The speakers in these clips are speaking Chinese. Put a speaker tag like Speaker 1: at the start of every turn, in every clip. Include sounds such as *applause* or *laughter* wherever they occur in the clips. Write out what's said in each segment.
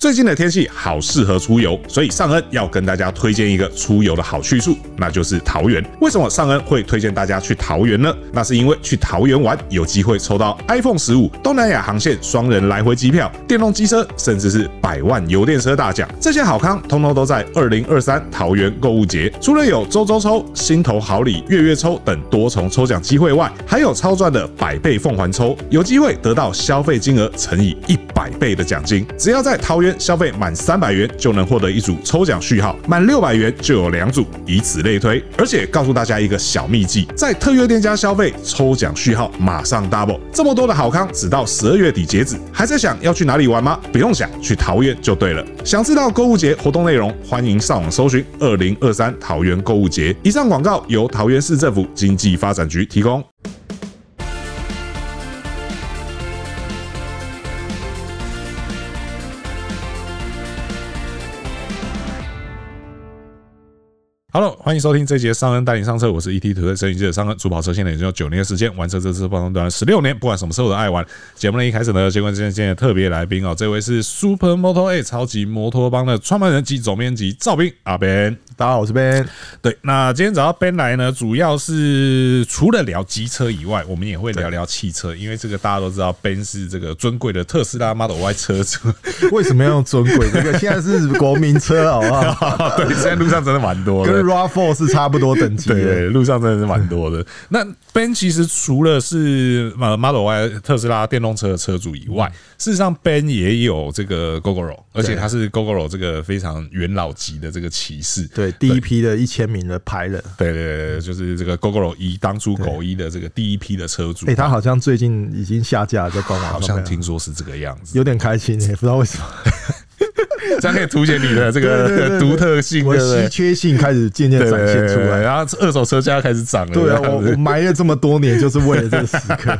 Speaker 1: 最近的天气好适合出游，所以尚恩要跟大家推荐一个出游的好去处，那就是桃园。为什么尚恩会推荐大家去桃园呢？那是因为去桃园玩有机会抽到 iPhone 十五、东南亚航线双人来回机票、电动机车，甚至是百万油电车大奖。这些好康通通都在二零二三桃园购物节。除了有周周抽、心头好礼、月月抽等多重抽奖机会外，还有超赚的百倍凤凰抽，有机会得到消费金额乘以一百倍的奖金。只要在桃园消费满三百元，就能获得一组抽奖序号；满六百元就有两组，以此类推。而且告诉大家一个小秘技，在特约店家消费，抽奖序号马上 double。这么多的好康，只到十二月底截止。还在想要去哪里玩吗？不用想，去桃园就对了。想知道购物节活动内容，欢迎上网搜寻“二零二三桃园购物节”。以上广告由桃园市政府经济发展局提供。Hello，欢迎收听这节上恩带你上车，我是 E ET 土特摄影记者上恩，主跑车现在已经有九年的时间，玩车这次放纵短十六年，不管什么车我都爱玩。节目的一开始呢，先关今天的特别来宾哦，这位是 Super Moto A 超级摩托帮的创办人及总编辑赵斌阿 Ben。
Speaker 2: 大家好，我是 Ben。
Speaker 1: 对，那今天找到 Ben 来呢，主要是除了聊机车以外，我们也会聊聊汽车，因为这个大家都知道，Ben 是这个尊贵的特斯拉 Model Y 车主。 *laughs*
Speaker 2: *laughs* 为什么要用尊贵这个？现在是国民车，好不 *laughs* 好？
Speaker 1: 对，现在路上真的蛮多的，
Speaker 2: 跟 RAV4 是差不多等级的。
Speaker 1: 对，路上真的是蛮多
Speaker 2: 嗯
Speaker 1: 的。那 Ben 其实除了是呃 Model Y 特斯拉电动车的车主以
Speaker 2: 嗯
Speaker 1: 外，事实上 Ben 也有这个 GoGoRo，而且他是 GoGoRo 这个非常元老级的这个骑士。
Speaker 2: 对，第一批的一千名的排人，
Speaker 1: 对对对对，就是这个 GoGoRo 一当初狗一的这个第一批的车主
Speaker 2: 哎、，他好像最近已经下架在官网
Speaker 1: 好像
Speaker 2: 上面了，
Speaker 1: 听说是这个样子，
Speaker 2: 有点开心、也不知道为什么。
Speaker 1: 这样可以凸显你的这
Speaker 2: *laughs* 对对对
Speaker 1: 个
Speaker 2: 对
Speaker 1: 独特性，
Speaker 2: 我
Speaker 1: 对
Speaker 2: 的
Speaker 1: 不对
Speaker 2: 稀？缺性开始渐渐
Speaker 1: 对
Speaker 2: 展
Speaker 1: 对
Speaker 2: 现
Speaker 1: 对
Speaker 2: 出
Speaker 1: 对，
Speaker 2: 来。
Speaker 1: 然后二手车价开始涨了，
Speaker 2: 对啊，
Speaker 1: 这样
Speaker 2: 我
Speaker 1: 子
Speaker 2: 我埋了这么多年，就是为了这个时 *laughs* 刻。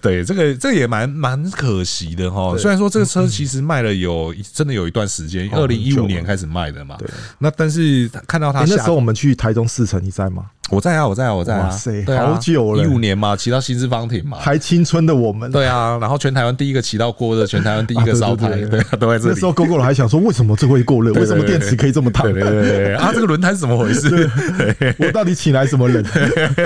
Speaker 1: 对，这个这也蛮蛮可惜的哈。虽然说这个车其实卖了有真的有一段时间，二
Speaker 2: 嗯哦
Speaker 1: 零
Speaker 2: 很
Speaker 1: 一
Speaker 2: 久
Speaker 1: 五
Speaker 2: 了
Speaker 1: 年开始卖的嘛。那但是看到
Speaker 2: 哎
Speaker 1: 它
Speaker 2: 那
Speaker 1: 下
Speaker 2: 时候，我们去台中四城，你在吗？
Speaker 1: 我在啊，我在啊，我在啊，
Speaker 2: 哇塞
Speaker 1: 对啊
Speaker 2: 好久了
Speaker 1: 一五年嘛，骑到新之方庭嘛。
Speaker 2: *laughs* 还青春的我们，
Speaker 1: 对啊，然后全台湾第一个骑到过热，全台湾第一个烧
Speaker 2: 啊
Speaker 1: 牌，
Speaker 2: *laughs* 对对
Speaker 1: 对
Speaker 2: 对
Speaker 1: 啊，都在这
Speaker 2: 那
Speaker 1: 里
Speaker 2: 时。候 GoGo 还想说，为什么这会过热？
Speaker 1: 对
Speaker 2: 为什么电池可以这么烫
Speaker 1: 对？对对对，啊，这个轮胎是怎么回事？
Speaker 2: 我到底请来什么人？
Speaker 1: *laughs*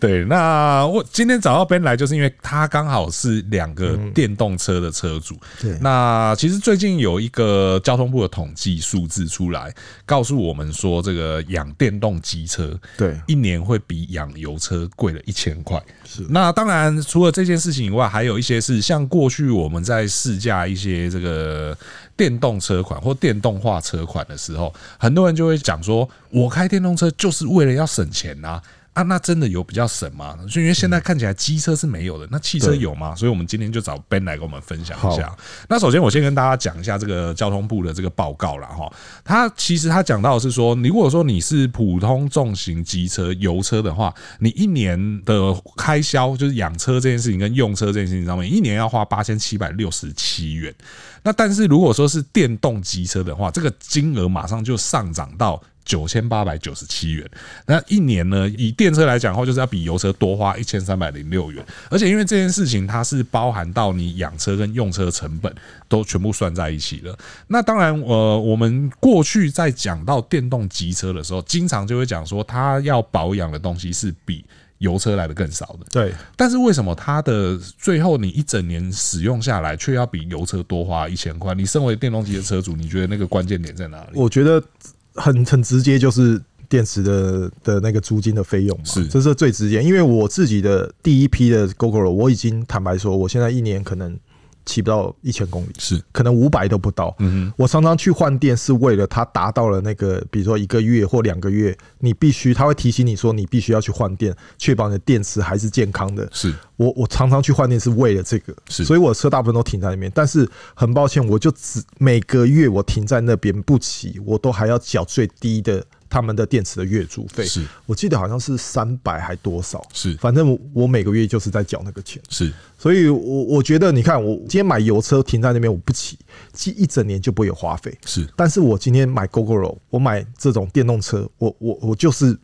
Speaker 1: 对，那我今天找到 Ben 来，就是因为他刚好是两个
Speaker 2: 嗯
Speaker 1: 电动车的车主。
Speaker 2: *laughs* 对
Speaker 1: 那其实最近有一个交通部的统计数字出来，告诉我们说，这个养电动机车，
Speaker 2: 对
Speaker 1: 一年会比养油车贵了一千块。是，那当然除了这件事情以外，还有一些是像过去我们在试驾一些这个电动车款或电动化车款的时候，很多人就会讲说，我开电动车就是为了要省钱呐、啊。那真的有比较省吗？就因为现在看起来机车是没有的，那汽车
Speaker 2: 对
Speaker 1: 有吗？所以我们今天就找 Ben 来跟我们分享一下
Speaker 2: 好。
Speaker 1: 那首先我先跟大家讲一下这个交通部的这个报告啦，哈，它其实它讲到的是说，你如果说你是普通重型机车、油车的话，你一年的开销就是养车这件事情跟用车这件事情上面，一年要花八千七百六十七元。那但是如果说是电动机车的话，这个金额马上就上涨到。九千八百九十七元，那一年呢？以电车来讲的话，就是要比油车多花一千三百零六元，而且因为这件事情，它是包含到你养车跟用车成本都全部算在一起了。那当然，呃，我们过去在讲到电动机车的时候，经常就会讲说，它要保养的东西是比油车来的更少的。
Speaker 2: 对，
Speaker 1: 但是为什么它的最后你一整年使用下来，却要比油车多花一千块？你身为电动机的车主，你觉得那个关键点在哪里？
Speaker 2: 我觉得很很直接，就是电池的的那个租金的费用嘛，
Speaker 1: 是
Speaker 2: 这是最直接。因为我自己的第一批的 GoGo，我已经坦白说，我现在一年可能骑不到一千公里，
Speaker 1: 是，
Speaker 2: 可能五百都不到。
Speaker 1: 嗯
Speaker 2: 我常常去换电是为了它达到了那个，比如说一个月或两个月，你必须，它会提醒你说你必须要去换电，确保你的电池还是健康的。
Speaker 1: 是
Speaker 2: 我我常常去换电是为了这个，
Speaker 1: 是
Speaker 2: 所以我的车大部分都停在那边。但是很抱歉，我就只每个月我停在那边不骑，我都还要缴最低的他们的电池的月租费。
Speaker 1: 是
Speaker 2: 我记得好像是三百还多少，
Speaker 1: 是
Speaker 2: 反正我我每个月就是在缴那个钱。
Speaker 1: 是，
Speaker 2: 所以我，我觉得你看，我今天买油车停在那边我不骑，骑一整年就不会有花费。
Speaker 1: 是
Speaker 2: 但是我今天买 *laughs* GoGoRo，我买这种电动车，我我我就是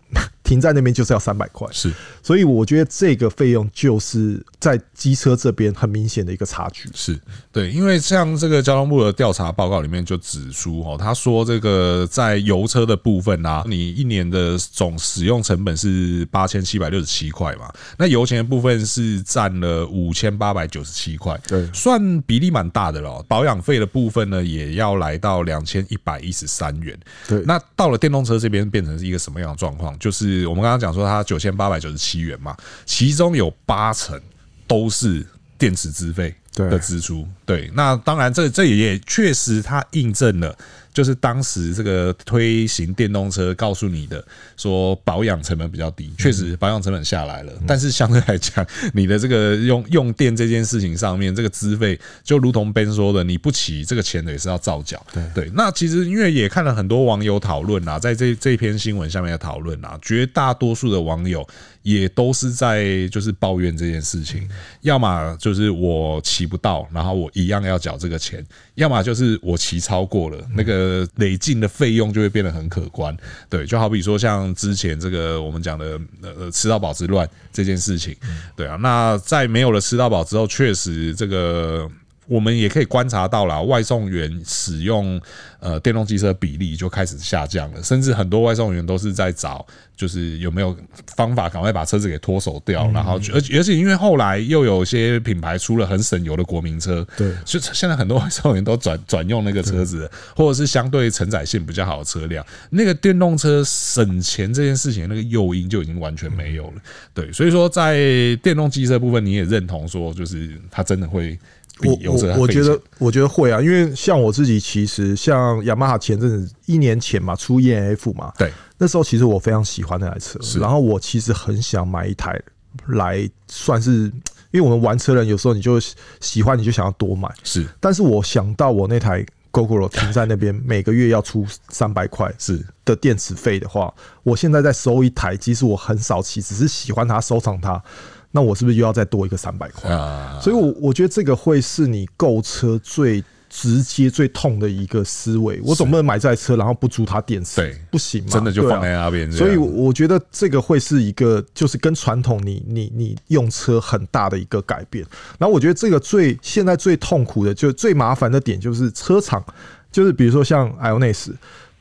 Speaker 2: 停停在那边就是要三百块。
Speaker 1: 是
Speaker 2: 所以我觉得这个费用就是在机车这边很明显的一个差距。
Speaker 1: 是，对，因为像这个交通部的调查报告里面就指出，哦，他说这个在油车的部分啊，你一年的总使用成本是八千七百六十七块嘛，那油钱的部分是占了五千八百九十七块，
Speaker 2: 对
Speaker 1: 算比例蛮大的了。哦保养费的部分呢，也要来到两千一百一十三元。
Speaker 2: 对
Speaker 1: 那到了电动车这边变成是一个什么样的状况？就是我们刚刚讲说它九千八百九十七元嘛，其中有八成都是电池资费
Speaker 2: 对
Speaker 1: 的支出。对，那当然这这也确实它印证了。就是当时这个推行电动车告诉你的，说保养成本比较低，确实保养成本下来了，但是相对来讲，你的这个用用电这件事情上面，这个资费就如同 Ben 说的，你不起这个钱的也是要照缴。对，那其实因为也看了很多网友讨论啦，在这这篇新闻下面的讨论啦，绝大多数的网友也都是在就是抱怨这件事情，要么就是我骑不到，然后我一样要缴这个钱，要么就是我骑超过了，那个累进的费用就会变得很可观。对，就好比说像之前这个我们讲的呃呃吃到饱之乱这件事情，对啊，那在没有了吃到饱之后，确实这个。我们也可以观察到啦，外送员使用呃电动机车比例就开始下降了，甚至很多外送员都是在找，就是有没有方法赶快把车子给脱手掉，然后就而且而且因为后来又有些品牌出了很省油的国民车，
Speaker 2: 对
Speaker 1: 所以现在很多外送员都转转用那个车子，或者是相对承载性比较好的车辆，那个电动车省钱这件事情，那个诱因就已经完全没有了。对，所以说在电动机车部分，你也认同说，就是它真的会比
Speaker 2: 我
Speaker 1: 油车还
Speaker 2: 我我
Speaker 1: 费
Speaker 2: 觉
Speaker 1: 钱
Speaker 2: 得我觉得会啊，因为像我自己其实像雅马哈前阵子一年前嘛出 E N F 嘛，
Speaker 1: 对
Speaker 2: 那时候其实我非常喜欢那台车，然后我其实很想买一台来算是，因为我们玩车人有时候你就喜欢你就想要多买，
Speaker 1: 是
Speaker 2: 但是我想到我那台 GoGo 停在那边，每个月要出三百块
Speaker 1: 是
Speaker 2: 的电池费的话，我现在再收一台，即使我很少骑，只是喜欢它收藏它，那我是不是又要再多一个三百块？
Speaker 1: 啊，
Speaker 2: 所以我，我觉得这个会是你购车最直接、最痛的一个思维。我总不能买这台车，然后不租它电池，
Speaker 1: 对
Speaker 2: 不行嘛，
Speaker 1: 真的就
Speaker 2: 对啊
Speaker 1: 放在那边这样，
Speaker 2: 所以，我我觉得这个会是一个，就是跟传统你你你用车很大的一个改变。然后，我觉得这个最现在最痛苦的，就最麻烦的点就是车厂，就是比如说像 Ionis，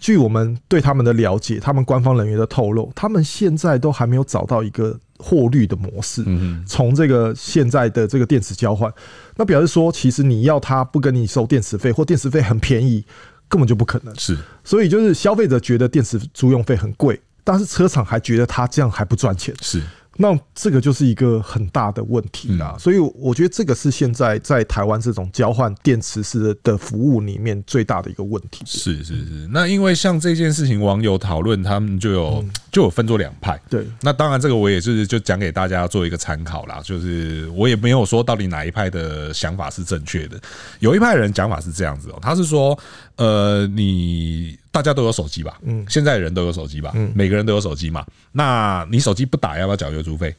Speaker 2: 据我们对他们的了解，他们官方人员的透露，他们现在都还没有找到一个获利的模式。
Speaker 1: 嗯
Speaker 2: 从这个现在的这个电池交换，那表示说，其实你要他不跟你收电池费，或电池费很便宜，根本就不可能
Speaker 1: 哼。是
Speaker 2: 所以就是消费者觉得电池租用费很贵，但是车厂还觉得它这样还不赚钱，
Speaker 1: 是
Speaker 2: 那这个就是一个很大的问题啦。
Speaker 1: 嗯
Speaker 2: 所以我觉得这个是现在在台湾这种交换电池式的服务里面最大的一个问题。
Speaker 1: 是是是，那因为像这件事情，网友讨论，他们就有就有分作两派，
Speaker 2: 嗯对，
Speaker 1: 那当然，这个我也是就讲给大家做一个参考啦，就是我也没有说到底哪一派的想法是正确的。有一派人讲法是这样子哦、他是说，呃，你大家都有手机吧？嗯，现在人都有手机吧？嗯，每个人都有手机嘛。那你手机不打，要不要缴月租费？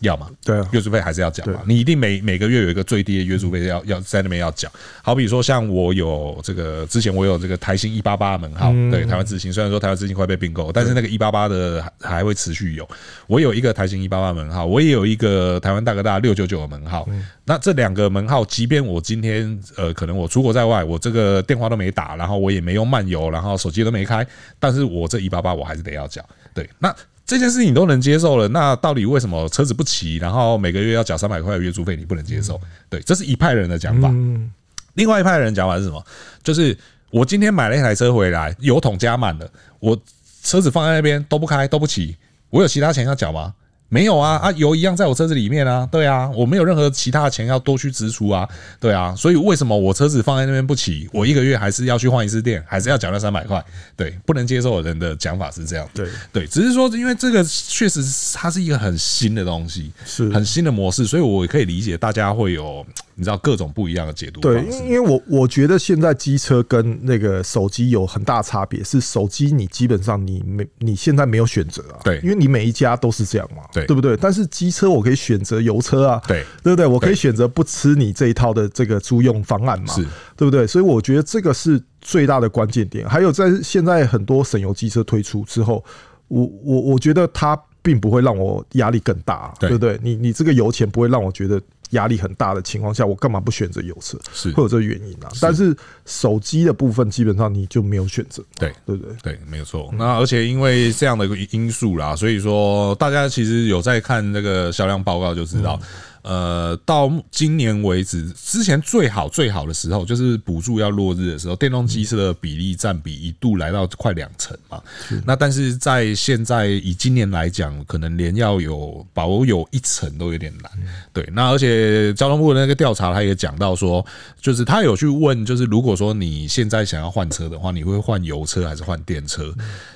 Speaker 1: 要嘛，
Speaker 2: 对啊
Speaker 1: 月租费还是要缴
Speaker 2: 对
Speaker 1: 嘛，你一定每每个月有一个最低的月租费要要在那边要缴。好比说像我有这个之前我有这个台新一八八门号，
Speaker 2: 嗯
Speaker 1: 对台湾之星，虽然说台湾之星快被并购，但是那个一八八的还还会持续有。我有一个台新一八八门号，我也有一个台湾大哥大六九九的门号。
Speaker 2: 嗯
Speaker 1: 那这两个门号，即便我今天呃可能我出国在外，我这个电话都没打，然后我也没用漫游，然后手机都没开，但是我这一八八我还是得要缴。对，那这件事情你都能接受了，那到底为什么车子不骑，然后每个月要缴三百块的月租费，你不能接受？对，这是一派人的讲
Speaker 2: 嗯
Speaker 1: 法。另外一派人讲法是什么？就是我今天买了一台车回来，油桶加满了，我车子放在那边都不开都不骑，我有其他钱要缴吗？没有啊，啊油一样在我车子里面啊，对啊，我没有任何其他的钱要多去支出啊，对啊，所以为什么我车子放在那边不骑，我一个月还是要去换一次电，还是要缴那三百块？对，不能接受的人的讲法是这样，
Speaker 2: 嗯对
Speaker 1: 对，只是说因为这个确实它是一个很新的东西，
Speaker 2: 是
Speaker 1: 很新的模式，所以我也可以理解大家会有你知道各种不一样的解读
Speaker 2: 对，
Speaker 1: 方
Speaker 2: 因
Speaker 1: 式
Speaker 2: 因，为我我觉得现在机车跟那个手机有很大差别，是手机你基本上你没你现在没有选择啊，
Speaker 1: 对
Speaker 2: 因为你每一家都是这样嘛，
Speaker 1: 对
Speaker 2: 对不对？但是机车我可以选择油车啊，
Speaker 1: 对
Speaker 2: 对不对？我可
Speaker 1: 对
Speaker 2: 以选择不吃你这一套的这个租用方案嘛，
Speaker 1: 是
Speaker 2: 对不对？所以我觉得这个是最大的关键点。还有在现在很多省油机车推出之后，我我我觉得它并不会让我压力更大、啊，
Speaker 1: 对
Speaker 2: 对不对？你你这个油钱不会让我觉得压力很大的情况下，我干嘛不选择油车？
Speaker 1: 是
Speaker 2: 会有这个原因啊。但是手机的部分基本上你就没有选择，
Speaker 1: 对
Speaker 2: 对不对？
Speaker 1: 对，没有错。那而且因为这样的一个因素啦，所以说大家其实有在看这个销量报告就知道，
Speaker 2: 嗯
Speaker 1: 呃，到今年为止，之前最好最好的时候就是补助要落日的时候，电动机车的比例占比一度来到快两成嘛。那但是在现在以今年来讲，可能连要有保有一成都有点难。对，那而且交通部的那个调查，他也讲到说，就是他有去问，就是如果说你现在想要换车的话，你会换油车还是换电车？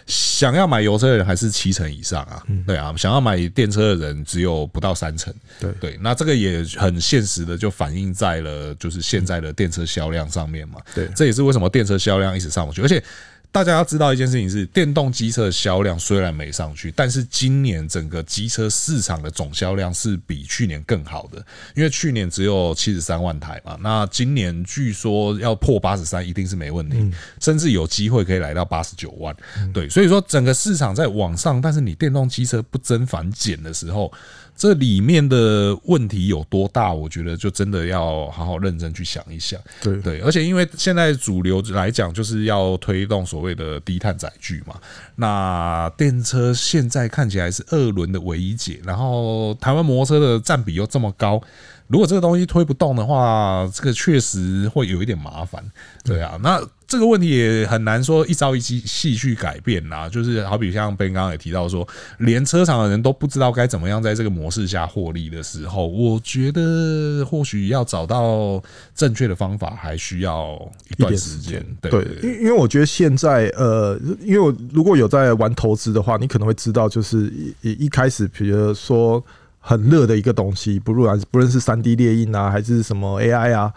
Speaker 1: 想要买油车的人还是七成以上啊，对啊，想要买电车的人只有不到三成。
Speaker 2: 对
Speaker 1: 对，那这个也很现实的就反映在了就是现在的电车销量上面嘛。
Speaker 2: 对
Speaker 1: 这也是为什么电车销量一直上不去，而且。大家要知道一件事情是，电动机车的销量虽然没上去，但是今年整个机车市场的总销量是比去年更好的，因为去年只有七十三万台嘛，那今年据说要破八十三一定是没问题，甚至有机会可以来到八十九万。对，所以说整个市场在往上，但是你电动机车不增反减的时候，这里面的问题有多大，我觉得就真的要好好认真去想一想。
Speaker 2: 对
Speaker 1: 对，而且因为现在主流来讲，就是要推动所谓的低碳载具嘛。那电车现在看起来是二轮的唯一解，然后台湾摩托车的占比又这么高，如果这个东西推不动的话，这个确实会有一点麻烦。对啊，那这个问题也很难说一朝一夕夕去改变啦。就是好比像Ben 刚刚也提到说，连车厂的人都不知道该怎么样在这个模式下获利的时候，我觉得或许要找到正确的方法，还需要一
Speaker 2: 一
Speaker 1: 段
Speaker 2: 点
Speaker 1: 时间。对
Speaker 2: 对，因因为我觉得现在呃，因为我如果有在玩投资的话，你可能会知道，就是一一一开始，比如说很热的一个东西，不论不论是三 D 猎印啊，还是什么 AI 啊，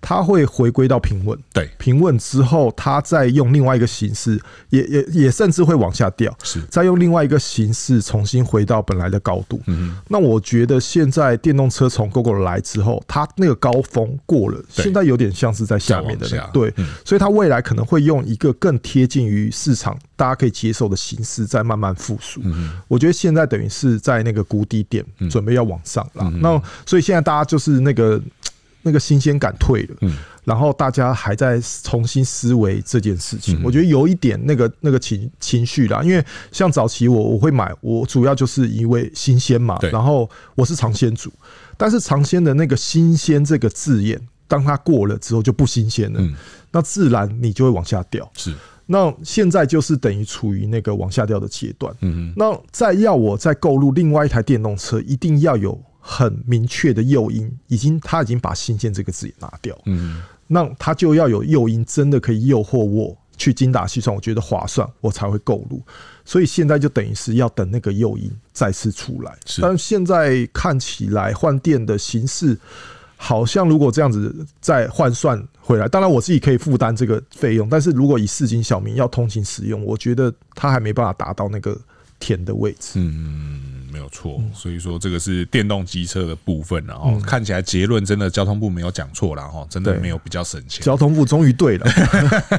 Speaker 2: 它会回归到平稳。
Speaker 1: 对，
Speaker 2: 平稳之后，它再用另外一个形式，也也也甚至会往下掉，
Speaker 1: 是
Speaker 2: 再用另外一个形式重新回到本来的高度。
Speaker 1: 嗯
Speaker 2: 那我觉得现在电动车从 GoGo 来之后，它那个高峰过了，
Speaker 1: 对
Speaker 2: 现在有点像是在下面的
Speaker 1: 再往
Speaker 2: 那个
Speaker 1: 下
Speaker 2: 对
Speaker 1: 嗯，
Speaker 2: 所以它未来可能会用一个更贴近于市场大家可以接受的形式，再慢慢复苏。
Speaker 1: 嗯
Speaker 2: 我觉得现在等于是在那个谷底点，准备要往上了。
Speaker 1: 嗯
Speaker 2: 那所以现在大家就是那个那个新鲜感退了。
Speaker 1: 嗯
Speaker 2: 然后大家还在重新思维这件事情，
Speaker 1: 嗯
Speaker 2: 我觉得有一点那个那个情情绪啦，因为像早期我我会买，我主要就是因为新鲜嘛
Speaker 1: 对，
Speaker 2: 然后我是尝鲜族，但是尝鲜的那个新鲜这个字眼，当它过了之后就不新鲜了，
Speaker 1: 嗯
Speaker 2: 那自然你就会往下掉。
Speaker 1: 是嗯
Speaker 2: 那现在就是等于处于那个往下掉的阶段，
Speaker 1: 嗯
Speaker 2: 那再要我再购入另外一台电动车，一定要有很明确的诱因，已经他已经把新鲜这个字眼拿掉了。
Speaker 1: 嗯
Speaker 2: 那他就要有诱因，真的可以诱惑我去精打细算，我觉得划算，我才会购入。所以现在就等于是要等那个诱因再次出来
Speaker 1: 是。
Speaker 2: 但现在看起来换电的形式，好像如果这样子再换算回来，当然我自己可以负担这个费用，但是如果以市井小民要通勤使用，我觉得它还没办法达到那个甜的位置。
Speaker 1: 嗯，没有错。所以说这个是电动机车的部分，然后看起来结论真的交通部没有讲错啦，哈，真的
Speaker 2: 嗯对
Speaker 1: 没有比较省钱。
Speaker 2: 交通部终于对了，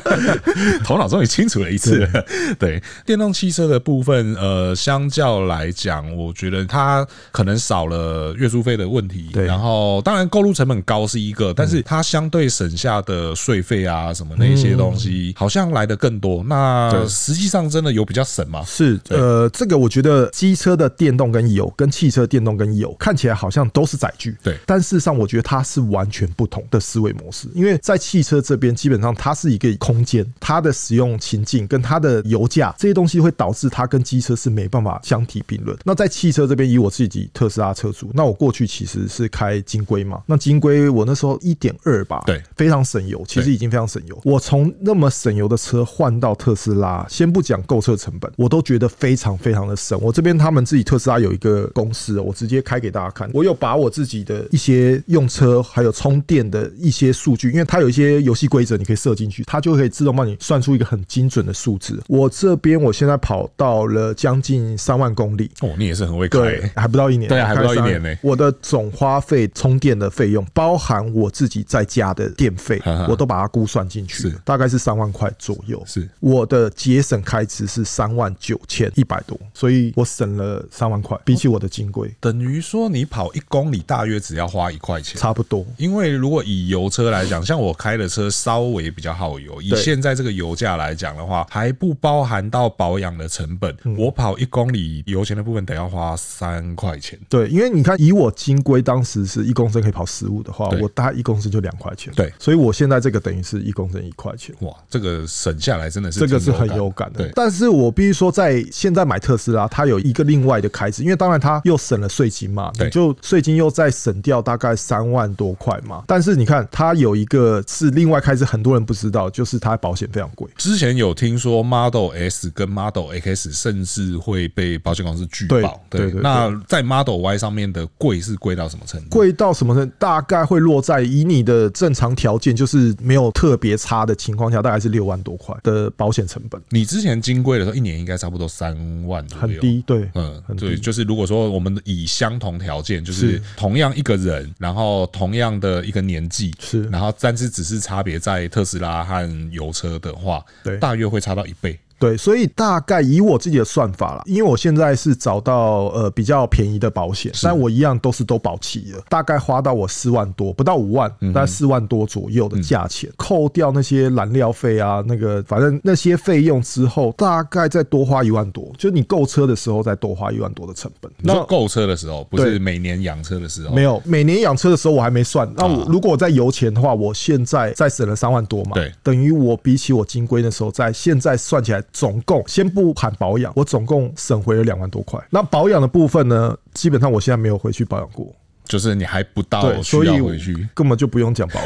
Speaker 1: *laughs* 头脑终于清楚了一次了。 *laughs* 对电动汽车的部分，呃，相较来讲，我觉得它可能少了月租费的问题。
Speaker 2: 对
Speaker 1: 然后当然购入成本高是一个，但是它相对省下的税费啊什么那些东西，好像来的更多。那
Speaker 2: 对
Speaker 1: 实际上真的有比较省吗？
Speaker 2: 是，
Speaker 1: 对
Speaker 2: 呃，这个我觉得机车的电动跟油，跟汽车电动跟油看起来好像都是载具，
Speaker 1: 对
Speaker 2: 但事实上我觉得它是完全不同的思维模式，因为在汽车这边基本上它是一个空间，它的使用情境跟它的油价这些东西会导致它跟机车是没办法相提并论。那在汽车这边，以我自己特斯拉车主，那我过去其实是开金龟嘛，那金龟我那时候一点二吧，
Speaker 1: 对
Speaker 2: 非常省油，其实
Speaker 1: 对
Speaker 2: 已经非常省油。我从那么省油的车换到特斯拉，先不讲购车成本，我都觉得非常非常的省。我这边他们自己特斯拉莎有一个公司，我直接开给大家看。我有把我自己的一些用车还有充电的一些数据，因为它有一些游戏规则，你可以设进去，它就可以自动帮你算出一个很精准的数值。我这边我现在跑到了将近三万公里，
Speaker 1: 哦，你也是很会开、
Speaker 2: 对，还不到一年，
Speaker 1: 对啊还不到一年
Speaker 2: 开了
Speaker 1: 呢
Speaker 2: 三我的总花费充电的费用，包含我自己在家的电费
Speaker 1: 哈哈，
Speaker 2: 我都把它估算进去
Speaker 1: 是，
Speaker 2: 大概是三万块左右。
Speaker 1: 是
Speaker 2: 我的节省开支是三万九千一百多，所以我省了三万块，比起我的金龟
Speaker 1: 等于说你跑一公里大约只要花一块钱。
Speaker 2: 差不多。
Speaker 1: 因为如果以油车来讲，像我开的车稍微比较耗油，以
Speaker 2: 对
Speaker 1: 现在这个油价来讲的话，还不包含到保养的成本。
Speaker 2: 嗯
Speaker 1: 我跑一公里油钱的部分得要花三块钱。
Speaker 2: 对，因为你看，以我金龟当时是一公升可以跑十五的话
Speaker 1: 对，
Speaker 2: 我大概一公升就两块钱。
Speaker 1: 对
Speaker 2: 所以我现在这个等于是一公升一块钱。
Speaker 1: 哇，这个省下来真的是
Speaker 2: 这个是
Speaker 1: 挺
Speaker 2: 很
Speaker 1: 感
Speaker 2: 有感的。
Speaker 1: 对，
Speaker 2: 但是我必须说，在现在买特斯拉，它有一个另外的开支，因为当然它又省了税金嘛，
Speaker 1: 对
Speaker 2: 你就税金又再省掉大概三万多块嘛。但是你看，它有一个是另外开支，很多人不知道，就是它保险非常贵。
Speaker 1: 之前有听说 Model S 跟 Model X 甚至会被保险公司拒保，
Speaker 2: 对对对
Speaker 1: 那在 Model Y 上面的贵是贵到什么程度？
Speaker 2: 贵到什么程度？大概会落在以你的正常条件，就是没有特别差的情况下，大概是六万多块的保险成本，
Speaker 1: 你之前金龟的时候，一年应该差不多三万左
Speaker 2: 很
Speaker 1: 右。
Speaker 2: 低。对，
Speaker 1: 嗯
Speaker 2: 很，低
Speaker 1: 对，就是如果说我们以相同条件，就是
Speaker 2: 是
Speaker 1: 同样一个人，然后同样的一个年纪，
Speaker 2: 是
Speaker 1: 然后但是只是差别在特斯拉和油车的话，
Speaker 2: 对
Speaker 1: 大约会差到一倍。
Speaker 2: 对，所以大概以我自己的算法啦，因为我现在是找到呃比较便宜的保险，但我一样都是都保齐了，大概花到我四万多，不到五万，大概四万多左右的价钱，扣掉那些燃料费啊，那个反正那些费用之后，大概再多花一万多，就你购车的时候再多花一万多的成本。
Speaker 1: 你说购车的时候，不是
Speaker 2: 对
Speaker 1: 每年养车的时候，
Speaker 2: 没有，每年养车的时候我还没算。那
Speaker 1: 啊
Speaker 2: 我如果我在油钱的话，我现在再省了三万多嘛，
Speaker 1: 对
Speaker 2: 等于我比起我金龟的时候，在现在算起来，总共先不喊保养，我总共省回了两万多块。那保养的部分呢，基本上我现在没有回去保养过，
Speaker 1: 就是你还不到
Speaker 2: 对，
Speaker 1: 啊需
Speaker 2: 所
Speaker 1: 要
Speaker 2: 以我
Speaker 1: 回去。
Speaker 2: 根本就不用讲保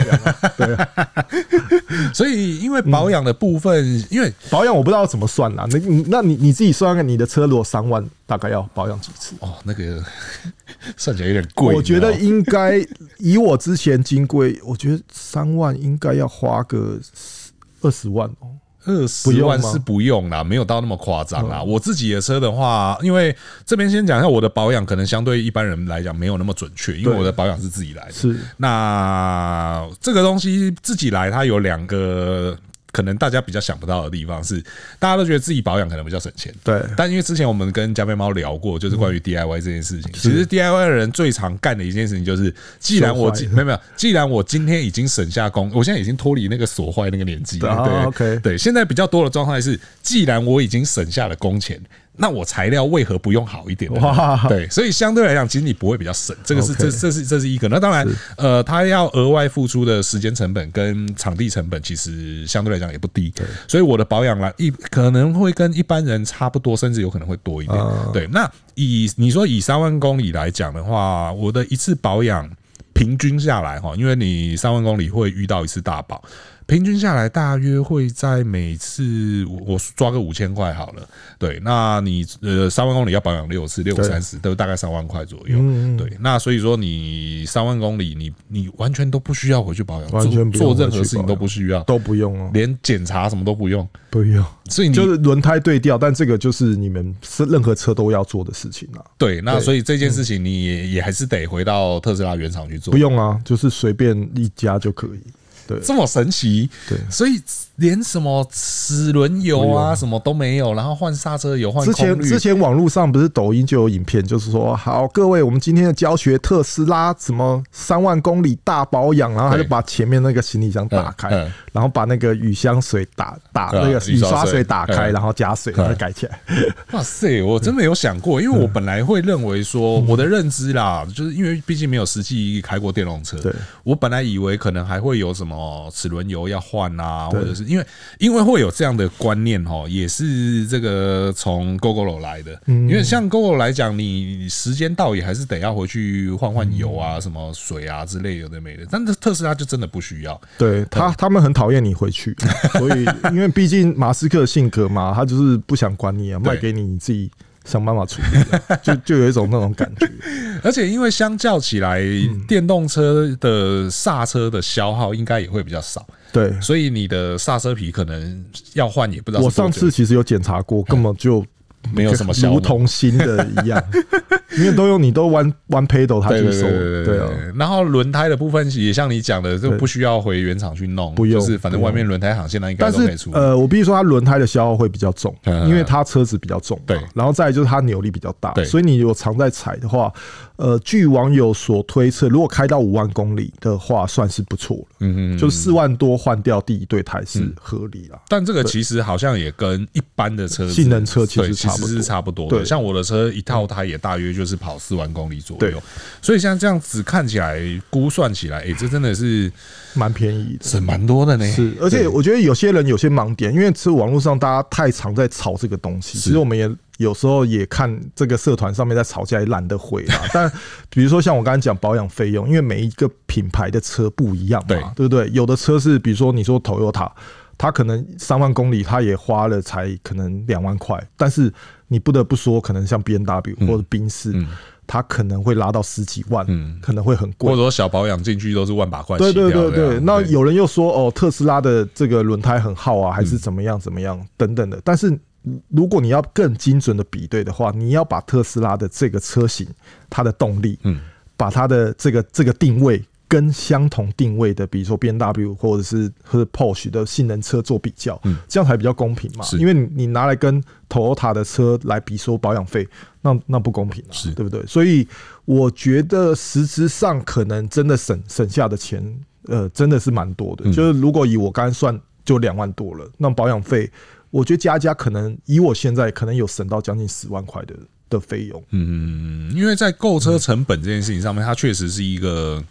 Speaker 1: *laughs*
Speaker 2: 养了。
Speaker 1: 所以，因为
Speaker 2: 嗯
Speaker 1: 保养的部分，因为
Speaker 2: 保养我不知道怎么算啦，那你那你你自己算看，你的车如果三万，大概要保养几次？
Speaker 1: 哦，那个 *laughs* 算起来有点贵。
Speaker 2: 我觉得
Speaker 1: 你知道吗
Speaker 2: 应该以我之前金龟，我觉得三万应该要花个二十万哦。
Speaker 1: 二十万是不用啦，没有到那么夸张啦。我自己的车的话，因为这边先讲一下我的保养，可能相对一般人来讲没有那么准确，因为
Speaker 2: 对
Speaker 1: 我的保养是自己来的。
Speaker 2: 是
Speaker 1: 那这个东西自己来，它有两个。可能大家比较想不到的地方是，大家都觉得自己保养可能比较省钱，
Speaker 2: 对嗯
Speaker 1: 但因为之前我们跟加菲猫聊过，就是关于 DIY 这件事情。其实 DIY 的人最常干的一件事情就是，既然我
Speaker 2: 手
Speaker 1: 今
Speaker 2: 坏
Speaker 1: 没有没有，既然我今天已经省下工，我现在已经脱离那个锁坏那个年纪了。
Speaker 2: 啊
Speaker 1: 对
Speaker 2: OK
Speaker 1: 对，现在比较多的状态是，既然我已经省下了工钱。那我材料为何不用好一点的呢？
Speaker 2: 哇
Speaker 1: 对，所以相对来讲，其实你不会比较省，这个是这
Speaker 2: OK
Speaker 1: 这是这是一个。那当然，呃，他要额外付出的时间成本跟场地成本，其实相对来讲也不低。所以我的保养啦，一可能会跟一般人差不多，甚至有可能会多一点。
Speaker 2: 啊
Speaker 1: 对，那以你说以三万公里来讲的话，我的一次保养平均下来哈，因为你三万公里会遇到一次大保。平均下来大约会在每次我我抓个五千块好了，对，那你呃三万公里要保养六次，六五
Speaker 2: 对
Speaker 1: 三十都大概三万块左右，
Speaker 2: 嗯嗯
Speaker 1: 对，那所以说你三万公里你你完全都不需要回去保养，
Speaker 2: 完全不
Speaker 1: 做
Speaker 2: 用
Speaker 1: 做任
Speaker 2: 回
Speaker 1: 何
Speaker 2: 去
Speaker 1: 事情
Speaker 2: 保
Speaker 1: 都
Speaker 2: 养
Speaker 1: 不需要，
Speaker 2: 都不用哦，
Speaker 1: 连检查什么都不用，
Speaker 2: 不用，
Speaker 1: 所以你
Speaker 2: 就是轮胎对调，但这个就是你们是任何车都要做的事情啊，
Speaker 1: 对，那
Speaker 2: 对嗯
Speaker 1: 所以这件事情你也也还是得回到特斯拉原厂去做
Speaker 2: 不，用啊，就是随便一家就可以。对
Speaker 1: 这么神奇，
Speaker 2: 对，
Speaker 1: 所以连什么齿轮油啊什么都没有，然后换刹车油换
Speaker 2: 之前
Speaker 1: 空滤
Speaker 2: 之前网络上不是抖音就有影片，就是说好各位，我们今天的教学特斯拉什么三万公里大保养，然后他
Speaker 1: 对
Speaker 2: 就把前面那个行李箱打开
Speaker 1: 嗯嗯，
Speaker 2: 然后把那个雨箱水打打
Speaker 1: 嗯
Speaker 2: 那个
Speaker 1: 雨
Speaker 2: 雨
Speaker 1: 刷
Speaker 2: 刷
Speaker 1: 水
Speaker 2: 水打开，
Speaker 1: 嗯
Speaker 2: 然后加水，然后改起来。
Speaker 1: *laughs* 哇塞，我真没有想过，因为我
Speaker 2: 嗯
Speaker 1: 本来会认为说，我的认知啦，就是因为毕竟没有实际开过电动车，
Speaker 2: 对，
Speaker 1: 我本来以为可能还会有什么齿轮油要换啊，或
Speaker 2: 对
Speaker 1: 者是因为因为会有这样的观念哦，也是这个从 GoGo 来的，
Speaker 2: 嗯
Speaker 1: 因为像 GoGo 来讲，你时间到也还是得要回去换换油
Speaker 2: 嗯
Speaker 1: 啊、什么水啊之类有的没的，但是特斯拉就真的不需要，
Speaker 2: 对他，他们很讨厌你回去，所以因为毕竟马斯克的性格嘛，他就是不想管你啊，
Speaker 1: 对
Speaker 2: 卖给你你自己想办法处理啊，就就有一种那种感觉。
Speaker 1: 而且因为相较起来，
Speaker 2: 嗯
Speaker 1: 电动车的刹车的消耗应该也会比较少，
Speaker 2: 对，
Speaker 1: 所以你的刹车皮可能要换，也不知道
Speaker 2: 我
Speaker 1: 是多
Speaker 2: 上
Speaker 1: 久
Speaker 2: 次其实有检查过，根本就
Speaker 1: 没有什么效
Speaker 2: 如
Speaker 1: 能。
Speaker 2: 同新的一样，因为都用你都弯弯 pedal 它
Speaker 1: 对
Speaker 2: 就
Speaker 1: 对
Speaker 2: 收
Speaker 1: 对
Speaker 2: 了，
Speaker 1: 对对
Speaker 2: 对啊，
Speaker 1: 然后轮胎的部分也像你讲的，就
Speaker 2: 对
Speaker 1: 不需要回原厂去弄，
Speaker 2: 不用
Speaker 1: 就是反正
Speaker 2: 不
Speaker 1: 外
Speaker 2: 用
Speaker 1: 面轮胎行现在应该
Speaker 2: 但
Speaker 1: 都可以
Speaker 2: 是
Speaker 1: 出。
Speaker 2: 呃，我必须说它轮胎的消耗会比较重，
Speaker 1: 嗯
Speaker 2: 因为它车子比较重嘛，
Speaker 1: 对
Speaker 2: 然后再来就是它扭力比较大
Speaker 1: 对，
Speaker 2: 所以你如果常在踩的话，呃，据网友所推测，如果开到五万公里的话，算是不错了，
Speaker 1: 嗯嗯，
Speaker 2: 就四万多换掉第一对胎是合理啦。
Speaker 1: 但这个其实好像也跟一般的车子
Speaker 2: 性能车其实
Speaker 1: 对其
Speaker 2: 差不
Speaker 1: 实
Speaker 2: 多
Speaker 1: 是差不多的。
Speaker 2: 对
Speaker 1: 像我的车一套胎也大约就是跑四万公里左
Speaker 2: 对
Speaker 1: 右，所以像这样子看起来估算起来，哎，这真的是
Speaker 2: 蛮便宜的。
Speaker 1: 省蛮多的呢。
Speaker 2: 是，而且
Speaker 1: 欸对
Speaker 2: 我觉得有些人有些盲点，因为其实网络上大家太常在炒这个东西，其实我们也有时候也看这个社团上面在吵架，也懒得回
Speaker 1: *laughs*
Speaker 2: 啦。但比如说像我刚才讲保养费用，因为每一个品牌的车不一样
Speaker 1: 对
Speaker 2: 嘛，对不对？有的车是比如说你说 Toyota，它可能三万公里，它也花了才可能两万块，但是你不得不说，可能像 B N W 或者宾士，它可能会拉到十几万，
Speaker 1: 嗯
Speaker 2: 可能会很贵
Speaker 1: 或者。说小保养进去都是万把块
Speaker 2: 对
Speaker 1: 起
Speaker 2: 对
Speaker 1: 跳
Speaker 2: 对
Speaker 1: 的
Speaker 2: 对
Speaker 1: 啊，
Speaker 2: 那有人又说哦，特斯拉的这个轮胎很好啊，还是怎么样怎么样等等的。但是如果你要更精准的比对的话，你要把特斯拉的这个车型，它的动力，
Speaker 1: 嗯，
Speaker 2: 把它的这个这个定位跟相同定位的，比如说 B N W 或者是或者 Porsche 的性能车做比较，
Speaker 1: 嗯
Speaker 2: 这样才比较公平嘛。
Speaker 1: 是
Speaker 2: 因为你你拿来跟 Toyota 的车来比说保养费，那那不公平啊，
Speaker 1: 是
Speaker 2: 对不对？所以我觉得实质上可能真的省省下的钱，呃，真的是蛮多的。
Speaker 1: 嗯
Speaker 2: 就是如果以我刚才算，就两万多了，那保养费，我觉得加一加可能以我现在可能有省到将近十万块的的费用。
Speaker 1: 嗯，因为在购车成本这件事情上面，它确实是一个，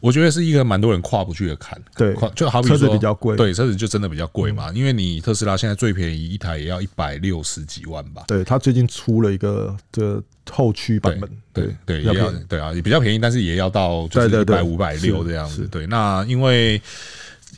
Speaker 1: 我觉得是一个蛮多人跨不去的坎。
Speaker 2: 对
Speaker 1: 跨就好比说
Speaker 2: 车子比较贵嗯
Speaker 1: 对，车子就真的比较贵嘛。因为你特斯拉现在最便宜一台也要一百六十几万吧。
Speaker 2: 对他最近出了一个这后驱版本，
Speaker 1: 对对，
Speaker 2: 要
Speaker 1: 也
Speaker 2: 不
Speaker 1: 要
Speaker 2: 然
Speaker 1: 对啊，也比较便宜，但是也要到就是一
Speaker 2: 对对
Speaker 1: 百
Speaker 2: 对
Speaker 1: 五百六
Speaker 2: 是
Speaker 1: 这样子
Speaker 2: 是。
Speaker 1: 对，那因为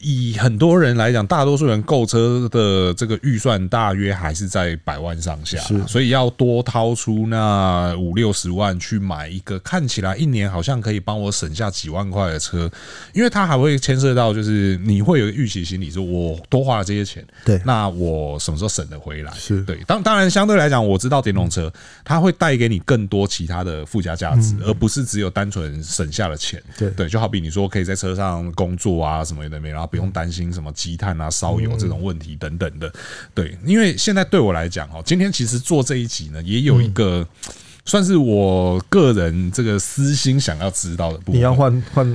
Speaker 1: 以很多人来讲，大多数人购车的这个预算大约还是在百万上下
Speaker 2: 是，
Speaker 1: 所以要多掏出那五六十万去买一个看起来一年好像可以帮我省下几万块的车，因为它还会牵涉到就是你会有一个预期心理，说我多花了这些钱，
Speaker 2: 对
Speaker 1: 那我什么时候省得回来？
Speaker 2: 是嗯
Speaker 1: 对，当当然相对来讲，我知道电动车它会带给你更多其他的附加价值，而不是只有单纯省下了钱。
Speaker 2: 对
Speaker 1: 对，就好比你说可以在车上工作啊什么的没，然后不用担心什么积碳啊、烧油这种问题等等的。对，
Speaker 2: 嗯
Speaker 1: 因为现在对我来讲哦，今天其实做这一集呢，也有一个。
Speaker 2: 嗯
Speaker 1: 算是我个人这个私心想要知道的部分。
Speaker 2: 你要换
Speaker 1: *laughs*
Speaker 2: 换